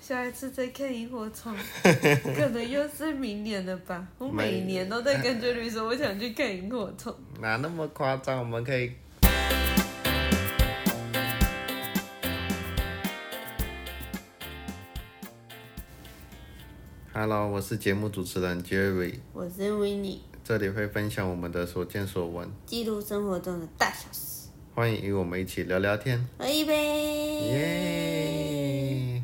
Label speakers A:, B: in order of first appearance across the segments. A: 下一次再看萤火虫，可能又是明年了吧？我每年都在跟 j e 说，我想去看萤火虫。
B: 哪那么夸张？我们可以，Hello，我是节目主持人 Jerry，
A: 我是 w i n n i
B: 这里会分享我们的所见所闻，
A: 记录生活中的大小事，
B: 欢迎与我们一起聊聊天。
A: 喝一杯。
B: 耶、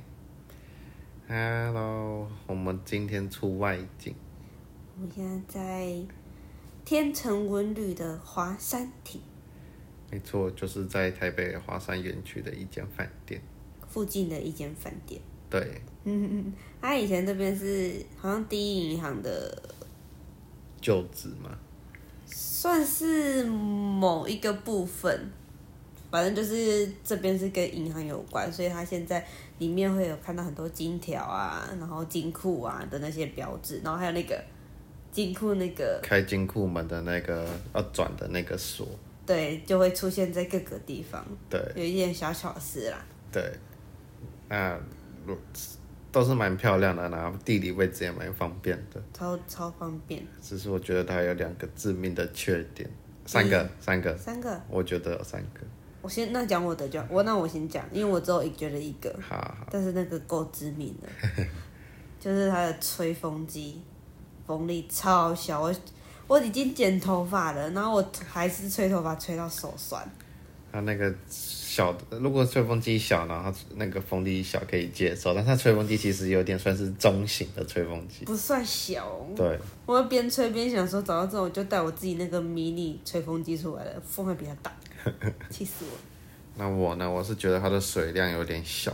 B: h e l l o 我们今天出外景，
A: 我现在在天成文旅的华山亭
B: 没错，就是在台北华山园区的一间饭店。
A: 附近的一间饭店。
B: 对，
A: 他以前这边是好像第一银行的，
B: 旧址嘛，
A: 算是某一个部分。反正就是这边是跟银行有关，所以它现在里面会有看到很多金条啊，然后金库啊的那些标志，然后还有那个金库那个
B: 开金库门的那个要转的那个锁。
A: 对，就会出现在各个地方，
B: 对
A: 有一点小巧思啦。
B: 对，那如都是蛮漂亮的，然后地理位置也蛮方便的。
A: 超超方便。
B: 只是我觉得它有两个致命的缺点，三个，三个，
A: 三个，
B: 我觉得有三个。
A: 我先那讲我的就好我那我先讲，因为我只有一觉得一个，
B: 好好，
A: 但是那个够知名的， 就是它的吹风机风力超小，我我已经剪头发了，然后我还是吹头发吹到手酸，
B: 它那个小的，如果吹风机小，然后那个风力小可以接受，但它吹风机其实有点算是中型的吹风机。
A: 不算小哦。
B: 对，我
A: 我边吹边想说，找到这种我就带我自己那个迷你吹风机出来了，风还比它大，气死我了。
B: 那我呢，我是觉得它的水量有点小，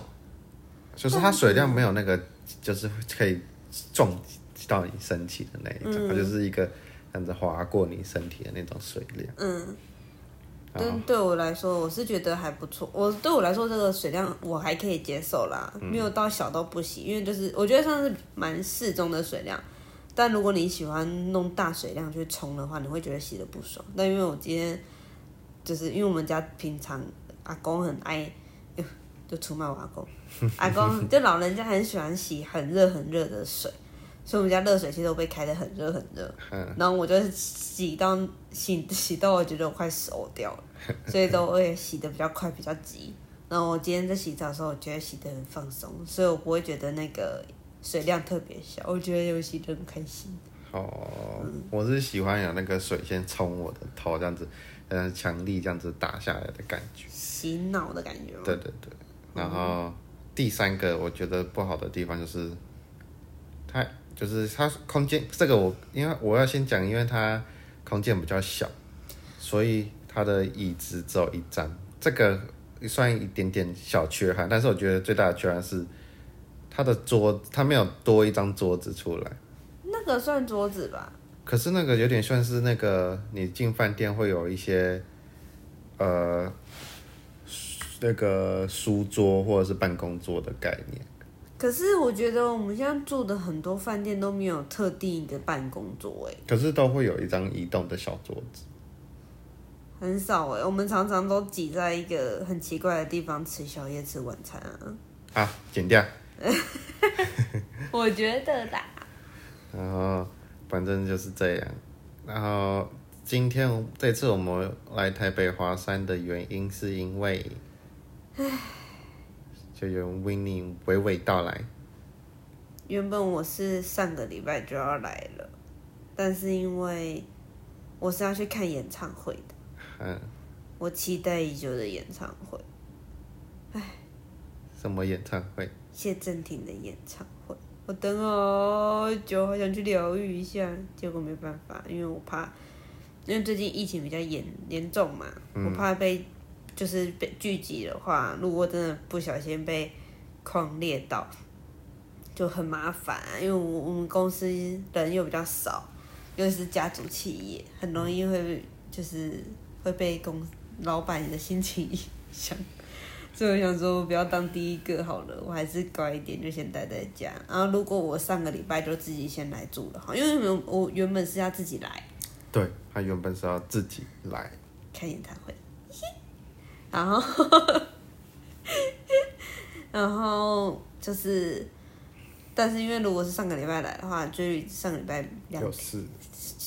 B: 就是它水量没有那个，就是可以撞击到你身体的那一种，它就是一个这样子划过你身体的那种水量。
A: 但对我来说，我是觉得还不错。我对我来说，这个水量我还可以接受啦，没有到小到不行。因为就是我觉得算是蛮适中的水量。但如果你喜欢弄大水量去冲的话，你会觉得洗的不爽。但因为我今天就是因为我们家平常阿公很爱，呃就出卖我阿公，阿公就老人家很喜欢洗很热很热的水，所以我们家热水器都被开得很热很热。然后我就洗到洗洗到我觉得我快熟掉了，所以都我也洗的比较快比较急。然后我今天在洗澡的时候，我觉得洗的很放松，所以我不会觉得那个水量特别小，我觉得我洗的很开心。
B: 哦，我是喜欢有那个水先冲我的头，这样子，呃，强力这样子打下来的感觉。
A: 洗脑的感觉吗？
B: 对对对。然后第三个我觉得不好的地方就是，它就是它空间这个我因为我要先讲，因为它空间比较小，所以它的椅子只有一张，这个算一点点小缺憾。但是我觉得最大的缺憾是，它的桌它没有多一张桌子出来。
A: 那个算桌子吧，
B: 可是那个有点算是那个你进饭店会有一些，呃，书那个书桌或者是办公桌的概念。
A: 可是我觉得我们现在住的很多饭店都没有特定一个办公桌、欸，
B: 可是都会有一张移动的小桌子，
A: 很少哎、我们常常都挤在一个很奇怪的地方吃宵夜、吃晚餐啊。
B: 啊，剪掉。
A: 我觉得啦，
B: 然后反正就是这样。然后今天这次我们来台北华山的原因是因为，就由 Winnie 娓娓道来。
A: 原本我是上个礼拜就要来了，但是因为我是要去看演唱会的，
B: 嗯，
A: 我期待已久的演唱会，
B: 什么演唱会？
A: 谢震廷的演唱会。我等好久，好想去疗愈一下，结果没办法，因为我怕，因为最近疫情比较严严重嘛，我怕被就是被聚集的话，如果真的不小心被狂猎到，就很麻烦、因为我我们公司人又比较少，又是家族企业，很容易会就是会被公老板的心情影响。所以我想说，我不要当第一个好了，我还是乖一点，就先待在家。然后如果我上个礼拜就自己先来住了，好，因为我我原本是要自己来
B: 对他原本是要自己来。
A: 看演唱会， 然后然后就是但是因为如果是上个礼拜来的话，追上个礼拜两
B: 有事，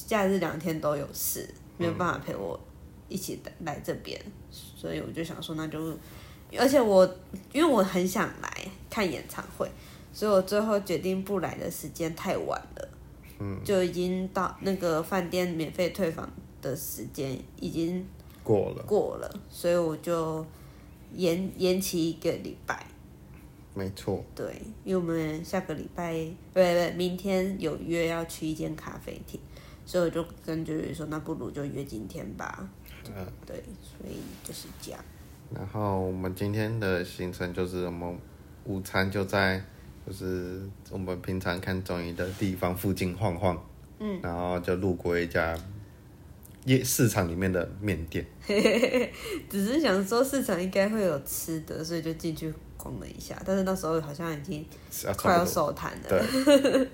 A: 假日两天都有事，没有办法陪我一起来这边，所以我就想说，那就，而且我因为我很想来看演唱会，所以我最后决定不来的时间太晚了，嗯，就已经到那个饭店免费退房的时间已经
B: 过了，
A: 过了，所以我就延延期一个礼拜，
B: 没错，
A: 对，因为我们下个礼拜，不不，明天有约要去一间咖啡厅，所以我就跟九九说，那不如就约今天吧。
B: 嗯，
A: 对，所以就是这样。
B: 然后我们今天的行程就是我们午餐就在就是我们平常看中医的地方附近晃晃，嗯，然后就路过一家夜市场里面的面店，
A: 只是想说市场应该会有吃的，所以就进去逛了一下，但是那时候好像已经
B: 啊，
A: 快
B: 差
A: 要
B: 不多。
A: 收摊了。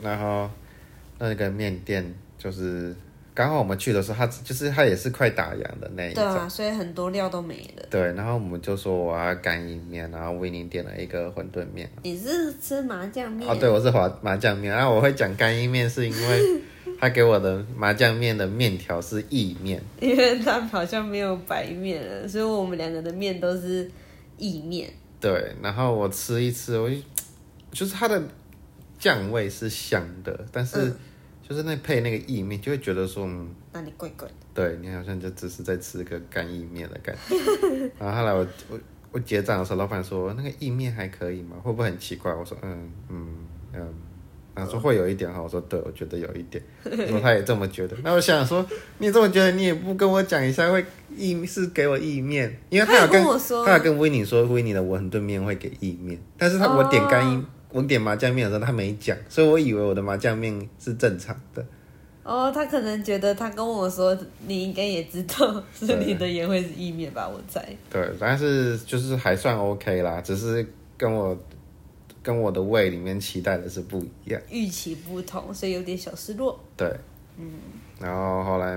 B: 然后那个面店就是刚好我们去的时候，它就是它也是快打烊的那一
A: 对
B: 种。
A: 啊，所以很多料都没了。
B: 对，然后我们就说我要干一面，然后维尼点了一个馄饨面。
A: 你是吃麻酱面？
B: 啊，对，我是华麻酱面。然、后我会讲干一面，是因为他给我的麻酱面的面条是意面，
A: 因为他们好像没有白面了，所以我们两个的面都是意面。
B: 对。然后我吃一吃，我就就是它的酱味是香的，但是就是那配那个意面，就会觉得说，嗯，
A: 那你怪怪的，
B: 对你好像就只是在吃个干意面的感觉。 然后后来我我我结账的时候，老板说那个意面还可以吗？会不会很奇怪？我说嗯嗯嗯。然后说会有一点哈，我说对，我觉得有一点。我 说他也这么觉得。那我想说，你这么觉得，你也不跟我讲一下会意是给我意面，因为他有
A: 有
B: 跟
A: 跟我说，
B: 他有跟维尼说，维尼的馄饨面会给意面，但是他
A: 哦
B: 我点干一我点麻酱面的时候他没讲，所以我以为我的麻酱面是正常的。
A: 哦，他可能觉得他跟我说，你应该也知道，所以你的也会是意面吧？我猜。
B: 对，但是就是还算 OK 啦，只是跟我跟我的胃里面期待的是不一样。
A: 预期不同，所以有点小失落，
B: 对，嗯，然后后来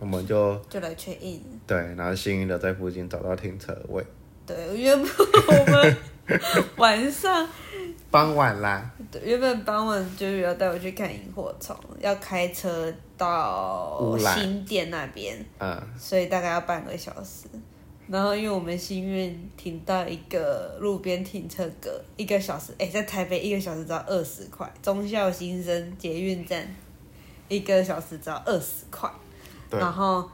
B: 我们就
A: 就来 check in。
B: 对，然后幸运的在附近找到停车位。
A: 对，原本 我们晚上，
B: 傍晚啦，
A: 对原本傍晚就是要带我去看萤火虫，要开车到
B: 乌来
A: 新店那边。
B: 嗯，
A: 所以大概要半个小时。然后因为我们心愿停到一个路边停车格，一个小时，哎、在台北一个小时只要二十块，忠孝新生捷运站一个小时只要二十块，
B: 对
A: 然后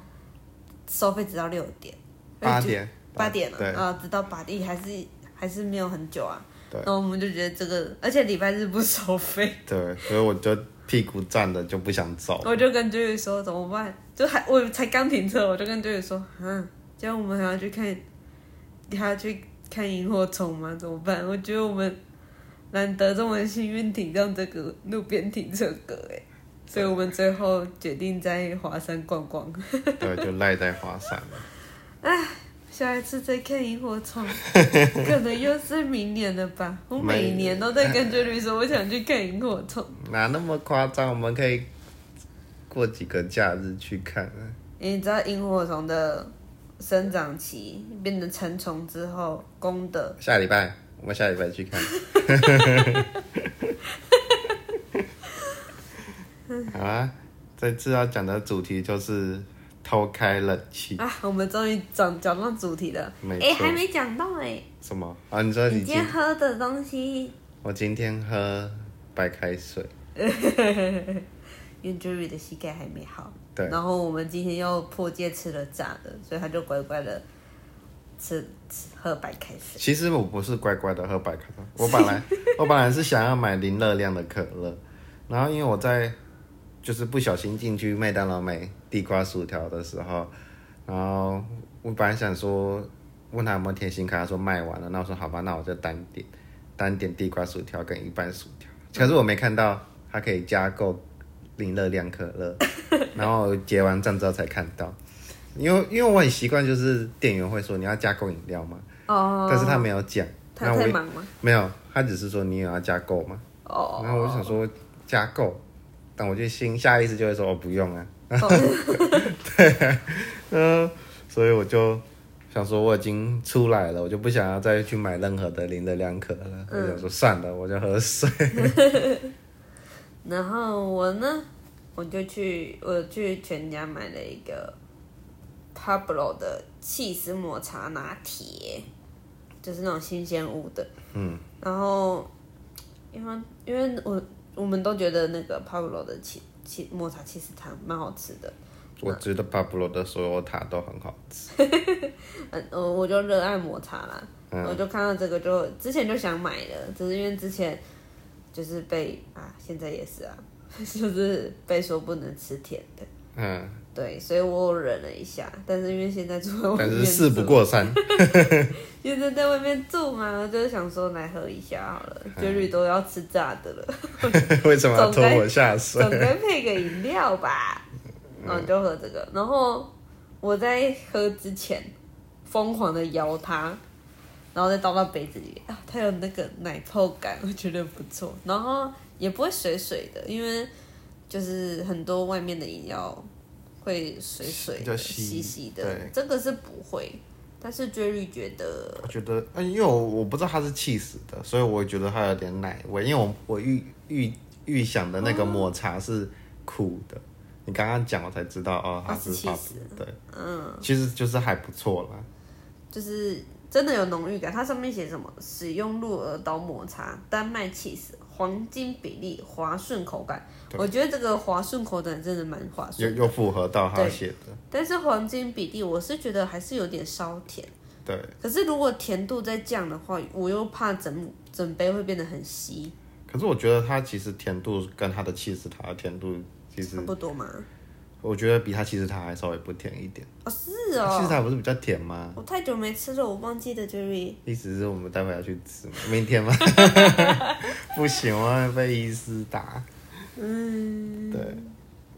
A: 收费只要六点，
B: 八点，
A: 哎八点了
B: 对
A: 啊，直到八点还是还是没有很久啊。
B: 对
A: 然后我们就觉得这个，而且礼拜日不收费，
B: 对，所以我就屁股站着就不想走。
A: 我就跟 Joey 说怎么办？就还我才刚停车，我就跟 Joey 说，嗯，这样我们还要去看，还要去看萤火虫吗？怎么办？我觉得我们难得这么幸运停到这个路边停车格哎、所以我们最后决定在华山逛逛。
B: 对，就赖在华山了。
A: 下一次再看萤火虫，可能又是明年了吧？我每
B: 每
A: 年都在跟 Joey 说，我想去看萤火虫。
B: 哪那么夸张？我们可以过几个假日去看啊。
A: 你知道萤火虫的生长期变成成虫之后，公的
B: 下礼拜，我们下礼拜去 看。好啊，这次要讲的主题就是偷开冷气，
A: 啊，我们终于讲讲到主题了。
B: 没
A: 哎、
B: 错
A: 还没讲到哎、
B: 什么啊？你说
A: 你
B: 你
A: 今
B: 今
A: 天喝的东西，
B: 我今天喝白开水，
A: 因为 Jerry 的膝盖还没好，
B: 对
A: 然后我们今天又破戒吃了炸的，所以他就乖乖的吃吃喝白开水。
B: 其实我不是乖乖的喝白开水，我本来我本来是想要买零热量的可乐，然后因为我在就是不小心进去麦当劳买地瓜薯条的时候，然后我本来想说问他有没有甜心卡，他说卖完了，那我说好吧，那我就单点单点地瓜薯条跟一般薯条，可是我没看到它可以加购零热量可乐， 然后我结完账之后才看到，因为因为我很习惯就是店员会说你要加购饮料吗？
A: 哦，
B: 但是他没有讲，
A: 他
B: 那
A: 太
B: 我
A: 忙吗？
B: 没有，他只是说你有要加购吗？
A: 哦，
B: 然后我就想说加购，但我就心下意识就会说 哦不用啊，呃
A: 哦
B: 嗯，所以我就想想说我已经出来了，我就不想要再去买任何的零的两可了。我想说算了，我就喝水。
A: 然后我呢，我就去我去全家买了一个 Pablo 的起司抹茶拿铁，就是那种新鲜屋的。嗯。然后，因为因为我我们都觉得那个 Pablo 的起起抹茶起司糖蛮好吃的。
B: 我觉得巴布罗的所有塔都很好吃。
A: 嗯，我我就热爱抹茶啦，
B: 嗯
A: 我就看到这个就之前就想买了，只是因为之前就是被啊，现在也是啊， 就是被说不能吃甜的，
B: 嗯，
A: 对，所以我忍了一下，但是因为现在住在外
B: 但
A: 面住，
B: 是事不过三，
A: 现在在外面住嘛，我就是想说来喝一下好了，
B: 嗯
A: 就绿豆要吃炸的了，
B: 为什么要拖我下水嗯
A: 总？该配个饮料吧，嗯然后就喝这个，然后我在喝之前疯狂的摇它，然后再倒到杯子里啊，它有那个奶泡感，我觉得不错，然后也不会水水的，因为就是很多外面的饮料会水水
B: 比较
A: 的、
B: 稀
A: 稀稀的
B: 对，
A: 这个是不会，但是追绿觉得
B: 我觉得，嗯，因为我我不知道它是气死的，所以我觉得它有点奶味，因为我我预预预想的那个抹茶是苦的。你刚刚讲我才知道哦，它
A: 它是
B: 是巴
A: cheese
B: 布罗，对，嗯，其实就是还不错啦。
A: 就是真的有浓郁感。它上面写什么？使用鹿儿岛抹茶、丹麦 cheese、黄金比例、滑顺口感。我觉得这个滑顺口感真的蛮滑
B: 又
A: 顺，
B: 又符合到它
A: 对
B: 写的，
A: 但是黄金比例我是觉得还是有点稍甜。
B: 对，
A: 可是如果甜度再降的话，我又怕整整杯会变得很稀，
B: 可是我觉得它其实甜度跟它的气死塔的甜度，其实
A: 差不多嘛。
B: 我觉得比它气死塔还稍微不甜一点。
A: 哦，是
B: 气死
A: 哦，
B: 塔不是比较甜吗？
A: 我太久没吃了，我忘记了 Jerry。
B: 意思是我们待会要去吃吗？明 天吗？不行，我会被医师打。嗯，对，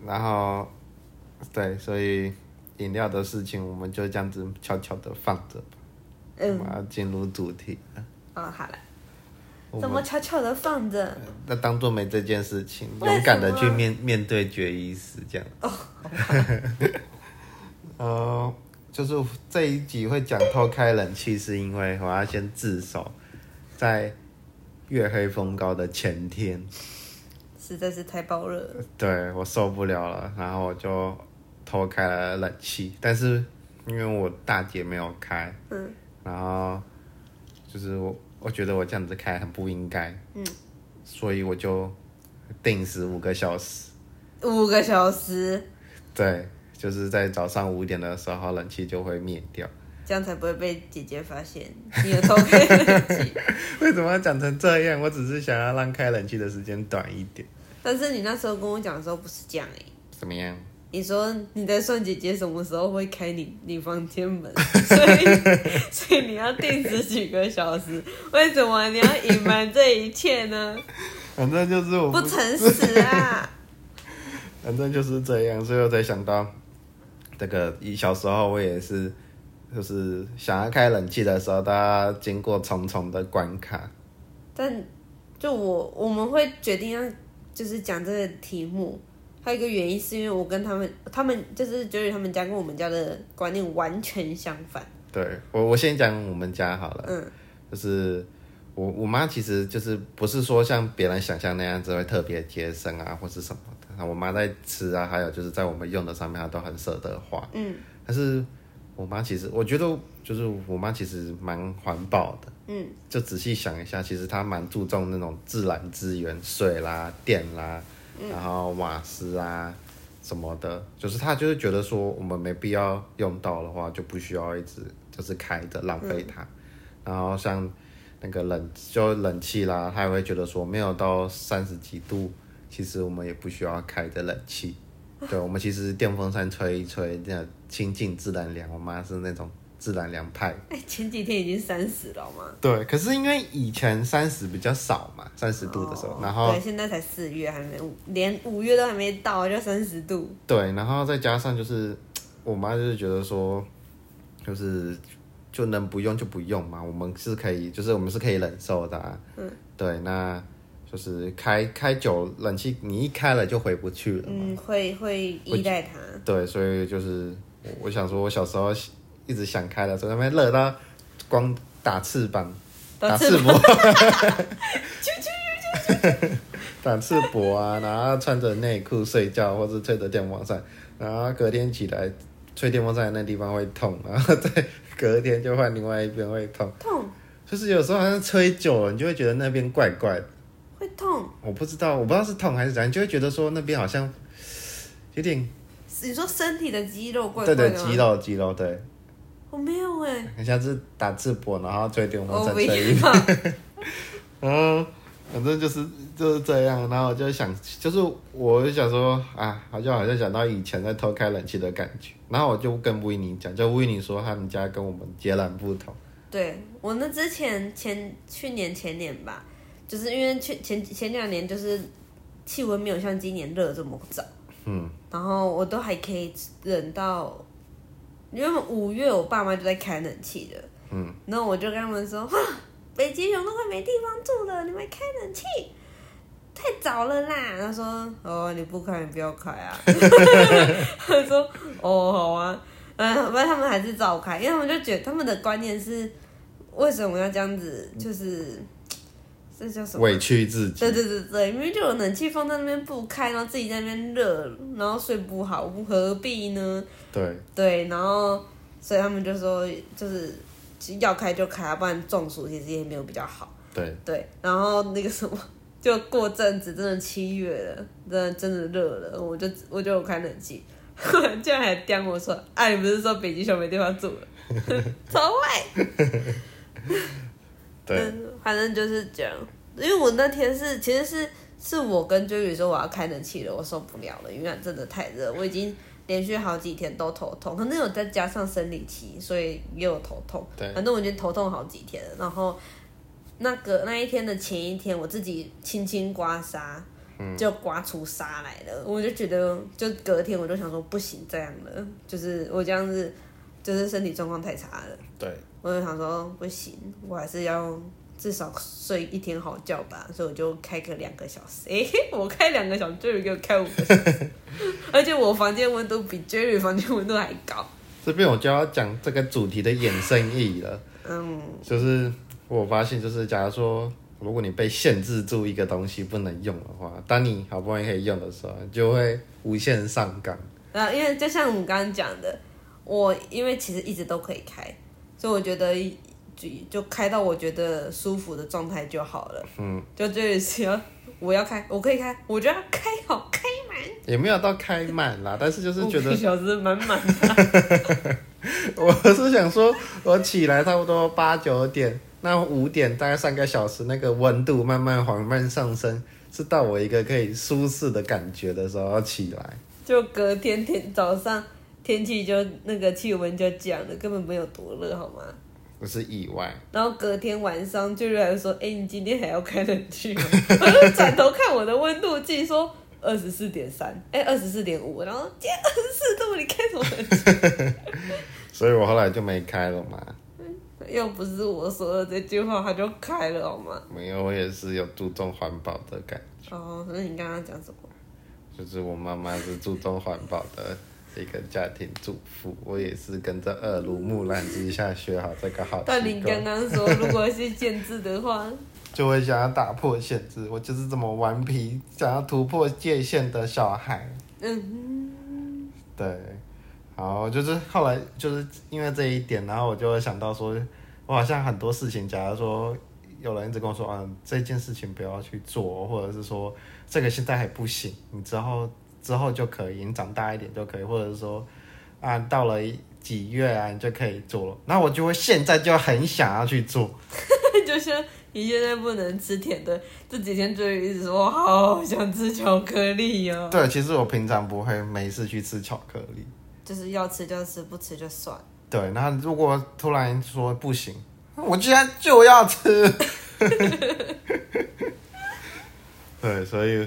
B: 然后对，所以饮料的事情我们就这样子悄悄的放着吧。
A: 嗯
B: 我们要进入主题了，
A: 哦，好了
B: 我，们
A: 怎么悄悄的放着？
B: 那当做没这件事情，
A: 为什么
B: 勇敢的去面面对决医师这样。哦， 呃，就是这一集会讲偷开冷气，是因为我要先自首，在月黑风高的前天。
A: 实在是太暴热了。
B: 对我受不了了，然后我就偷开了冷气，但是因为我大姐没有开，嗯，然后就是我我觉得我这样子开很不应该，嗯，所以我就定时五个小时，
A: 五个小时，
B: 对，就是在早上五点的时候冷气就会灭掉。
A: 这样才不会被姐姐发现你有偷看冷气。
B: 为什么要讲成这样？我只是想要让开冷气的时间短一点，
A: 但是你那时候跟我讲的时候不是这样哎、
B: 怎么样？
A: 你说你在算姐姐什么时候会开你你房间门，所以 所以你要定时几个小时，为什么你要隐瞒这一切呢？
B: 反正就是我
A: 不诚实啊！
B: 反正就是这样，所以我才想到这个。一小时候我也是，就是想要开冷气的时候，都要经过重重的关卡。
A: 但就我我们会决定要就是讲这个题目，还有一个原因是因为我跟他们他们就是觉得他们家跟我们家的观念完全相反。
B: 对我，我先讲我们家好了，
A: 嗯，
B: 就是我我妈其实就是不是说像别人想象那样子会特别节省啊，或是什么的。那我妈在吃啊，还有就是在我们用的上面，她都很舍得花。
A: 嗯，
B: 但是我妈其实我觉得就是我妈其实蛮环保的。
A: 嗯，
B: 就仔细想一下，其实她蛮注重那种自然资源，水啦、电啦，
A: 嗯
B: 然后瓦斯啊。什么的，就是她就是觉得说我们没必要用到的话，就不需要一直就是开着浪费
A: 嗯
B: 它。然后像那个冷就冷气啦，他也会觉得说没有到三十几度，其实我们也不需要开着冷气。对，我们其实电风扇吹一吹，这样亲近自然凉。我妈是那种自然凉派。
A: 哎，前几天已经三十了好吗？
B: 对，可是因为以前三十比较少嘛，三十度的时候，
A: 哦
B: 然后
A: 对，现在才四月，还没五，连五月都还没到就三十度，
B: 对，然后再加上就是我妈就是觉得说，就是就能不用就不用嘛，我们是可以，就是我们是可以忍受的、啊。嗯，对，那就是开开久冷气，你一开了就回不去了嘛。
A: 嗯嗯，会会依赖它。
B: 对，所以就是我我想说，我小时候一直想开了，所以他们热到光打翅膀、
A: 打
B: 打
A: 翅
B: 翅膀、 打赤膊啊，然后穿着内裤睡觉，或是吹着电风扇，然后隔天起来吹电风扇的那地方会痛， 然后再隔天就换另外一边会痛，
A: 痛
B: 就是有时候好像吹久了，你就会觉得那边怪怪的。
A: 会痛，
B: 我不知道，我不知道是痛还是怎样，你就会觉得说那边好像有点
A: 你说身体的肌肉怪怪
B: 对
A: 的
B: 对
A: 吗？
B: 肌肉肌肉对，
A: 我没有哎、
B: 很像是打赤膊，然后吹电风
A: 哦我
B: 扇
A: 不
B: 吹一
A: 要，
B: 然后反正就是就是这样，然后我就想，就是我就想说啊，好像好像想到以前在偷开冷气的感觉，然后我就跟维尼讲，就维尼说他们家跟我们截然不同，
A: 对我那之前前去年前年吧，就是因为去前前两年就是气温没有像今年热这么早，嗯，然后我都还可以忍到，因为五月我爸妈就在开冷气的，嗯，然后我就跟他们说，哇，北极熊都快没地方住了，你们开冷气。太早了啦！他说：“哦，你不开，你不要开 啊。”他说：“哦，好啊。”嗯，反正他们还是照开，因为他们就觉得他们的观念是为什么要这样子，就是这叫什么？
B: 委屈自己
A: 对，对对对，明明就有冷气放在那边不开，然后自己在那边热，然后睡不好，何必呢？
B: 对，
A: 对，然后所以他们就说，就是要开就开啊，不然中暑其实也没有比较好。
B: 对，
A: 对，然后那个什么，就过阵子，真的七月了，真的真的热了，我就我就有开冷气， 竟然还刁我说，啊，你不是说北极熊没地方住了， 超坏。
B: 对，
A: 嗯，反正就是这样。因为我那天是，其实是是我跟追宇说我要开冷气了，我受不了了，因为真的太热，我已经连续好几天都头痛，可能有再加上生理期，所以也有头痛。
B: 对
A: 反正我已经头痛好几天了。然后那个那一天的前一天，我自己轻轻刮痧。
B: 嗯
A: 就刮出痧来了，我就觉得，就隔天我就想说不行这样了，就是我这样子，就是身体状况太差了。
B: 对，
A: 我就想说不行，我还是要至少睡一天好觉吧，所以我就开个两个小时。诶、 我开两个小时，Jerry 给我开五个小时， 而且我房间温度比 Jerry 房间温度还高。
B: 这边我就要讲这个主题的衍生意了，
A: 嗯，
B: 就是我发现，就是假如说，如果你被限制住一个东西不能用的话，当你好不容易可以用的时候，你就会无限上纲。
A: 然后因为就像我们刚刚讲的，我因为其实一直都可以开，所以我觉得就就开到我觉得舒服的状态就好了。嗯，就 Jerry 只要我要开，我可以开，我就要开好开满，
B: 也没有到开满啦，但是就是觉
A: 五个
B: 得，
A: 小时满满。
B: 我是想说，我起来差不多八九点，那五点大概三个小时，那个温度慢慢缓慢上升，是到我一个可以舒适的感觉的时候要起来。
A: 就隔天天早上天气就那个气温就降了，根本没有多热，好吗？
B: 不是意外，
A: 然后隔天晚上，就瑞还说：“哎、你今天还要开冷气吗？”我就转头看我的温度计，说二十四点三，哎，二十四点五。然后今天二十四度，你开什么冷气？
B: 所以我后来就没开了嘛。
A: 又不是我说的这句话，他就开了，好吗？
B: 没有，我也是有注重环保的感觉
A: 哦，那你刚刚讲什么？
B: 就是我妈妈是注重环保的一个家庭主妇，我也是跟着耳濡目染之下学好这个好
A: 但
B: 习
A: 你刚
B: 惯，
A: 刚说，如果是限制的话，
B: 就会想要打破限制。我就是这么顽皮，想要突破界限的小孩。
A: 嗯，
B: 对，然后就是后来就是因为这一点，然后我就会想到说，我好像很多事情，假如说有人一直跟我说，嗯，这件事情不要去做，或者是说这个现在还不行，你之后之后就可以，你长大一点就可以，或者是说啊，到了几月啊，你就可以做了。那我就会现在就很想要去做，
A: 就是你现在不能吃甜的，这几天追宇一直说我哦好想吃巧克力哦，
B: 对，其实我平常不会没事去吃巧克力。
A: 就是要吃就吃，不吃就算。
B: 对，那如果突然说不行，我居然就要吃。 对，所以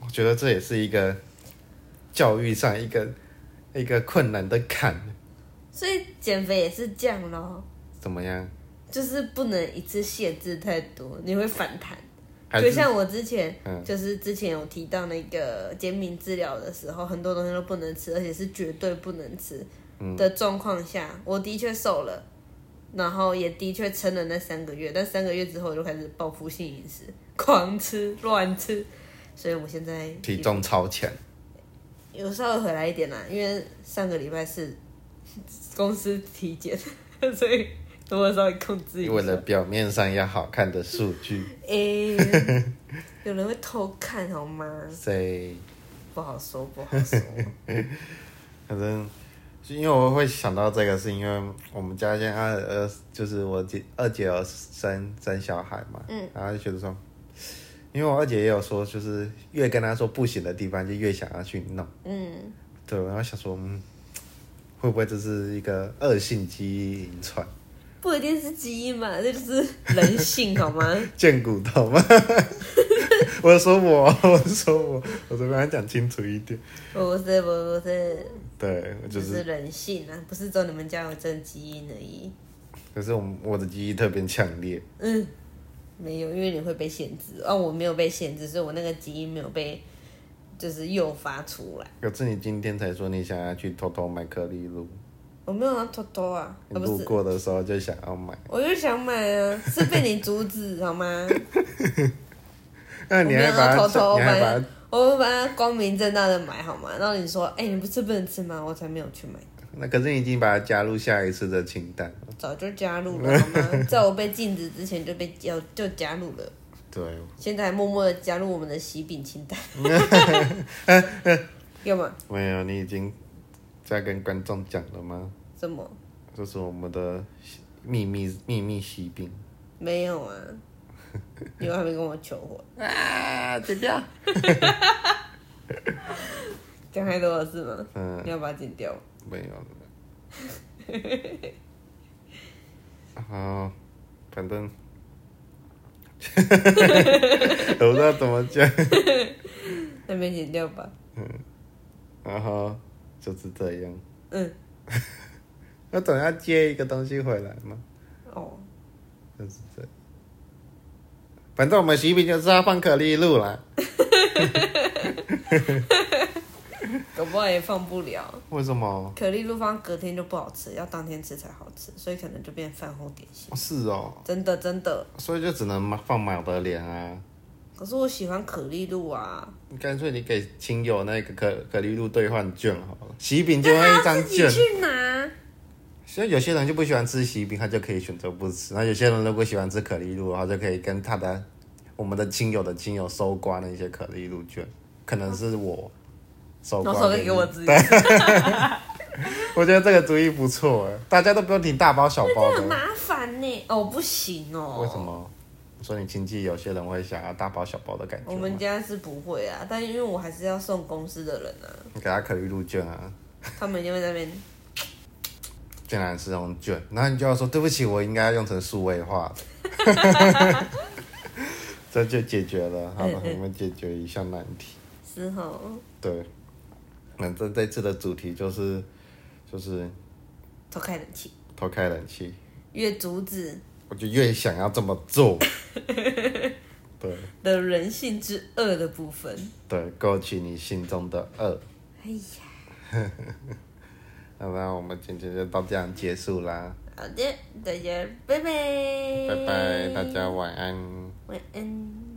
B: 我觉得这也是一个教育上一个一个困难的坎，
A: 所以减肥也是这样咯，
B: 怎么样？
A: 就是不能一次限制太多，你会反弹。
B: 还
A: 就是像我之前，
B: 嗯
A: 就是之前有提到那个减敏治疗的时候，很多东西都不能吃，而且是绝对不能吃。
B: 嗯
A: 的状况下，我的确瘦了，然后也的确撑了那三个月，但三个月之后我就开始报复性饮食，狂吃乱吃，所以我现在
B: 体重超前，
A: 有稍微回来一点啦，因为上个礼拜是公司体检， 所以我稍微控制一下。
B: 为了表面上要好看的数据，
A: 诶、有人会偷看好吗？
B: 所以
A: 不好说，不好说。
B: 反正就因为我会想到这个，是因为我们家现在二二就是我姐二姐有生生小孩嘛，嗯，然后就觉得说，因为我二姐也有说，就是越跟她说不行的地方，就越想要去弄，
A: 嗯，
B: 对，然后想说，嗯，会不会这是一个恶性基因遗传，
A: 不一定是基因嘛，这就是人性好 吗？
B: 见骨头吗？ 我说我，我说我，我怎么样讲清楚一点？
A: 不是，不是，
B: 对，我就
A: 只是
B: 是，
A: 人性啊，不是只有你们家有这基因而已。
B: 可是我们我的记忆特别强烈，
A: 嗯，没有，因为你会被限制，哦，我没有被限制，所以我那个基因没有被就是诱发出来。
B: 可是你今天才说你想要去偷偷买颗粒露，
A: 我没有要偷偷啊，啊
B: 你
A: 不
B: 路
A: 是，
B: 过的时候就想要买，
A: 我就想买啊，是被你阻止好吗？
B: 那 你
A: 我没
B: 还
A: 有
B: 把它
A: 偷偷
B: 你还
A: 买
B: 把它，
A: 我会把它光明正大的买好吗？然后你说，哎、你不是不能吃吗？我才没有去买，
B: 那可是你已经把它加入下一次的清单了。
A: 早就加入 了好吗？在我被禁止之前就被要就加入了，
B: 对，
A: 现在还默默的加入我们的喜饼清 单。要么
B: 没有，你已经在跟观众讲了吗？
A: 怎么
B: 这是我们的秘密秘密喜饼
A: 没有啊？你又还没跟我求婚，
B: 啊！剪掉。
A: 讲太多了是吗？
B: 嗯，
A: 你要把它剪掉吗。
B: 没有了。 然后，反正， 我不知道怎么讲。
A: 那边剪掉吧。
B: 然后就是这样。
A: 嗯，
B: 我总要接一个东西回来嘛，
A: 哦，
B: 就是这样。反正我们喜饼就是要放可丽露啦。
A: 搞不好也放不了。
B: 为什么？
A: 可丽露放隔天就不好吃，要当天吃才好吃，所以可能就变饭后点心。
B: 哦是哦，
A: 真的真的，
B: 所以就只能放马德莲啊。
A: 可是我喜欢可丽露啊，
B: 干脆你给亲友那个可可丽露兑换券好了，喜饼就那一张
A: 自己
B: 券。
A: 去拿。
B: 所以有些人就不喜欢吃喜饼，他就可以选择不吃；那有些人如果喜欢吃可丽露，他就可以跟他的我们的亲友的亲友收刮那些可丽露券，可能是我收刮
A: 然
B: 的。
A: 后手 给我自己，
B: 我觉得这个主意不错哎，大家都不用挺大包小包
A: 很
B: 的。
A: 麻烦呢。哦，不行哦。
B: 为什？么？你说你亲戚有些人会想要大包小包的感觉
A: 我
B: 吗，
A: 们家是不会啊，但因为我还是要送公司的 人啊，
B: 你给他可丽露券啊，
A: 他们就会在那边。
B: 竟然是用券，然后你就要说对不起，我应该用成数位化的， 这就解决了。好了
A: 嗯，嗯
B: 我们解决一项难题。
A: 是哦，
B: 对，反正这次的主题就是就是
A: 偷开冷气，
B: 偷开冷气，
A: 越阻止
B: 我就越想要这么做。对
A: 的人性之恶的部分。
B: 对，勾起你心中的恶。
A: 哎呀，
B: 那么我们今天就到这样结束啦，
A: 好的，大家拜拜，
B: 拜拜，大家晚安。
A: 晚安。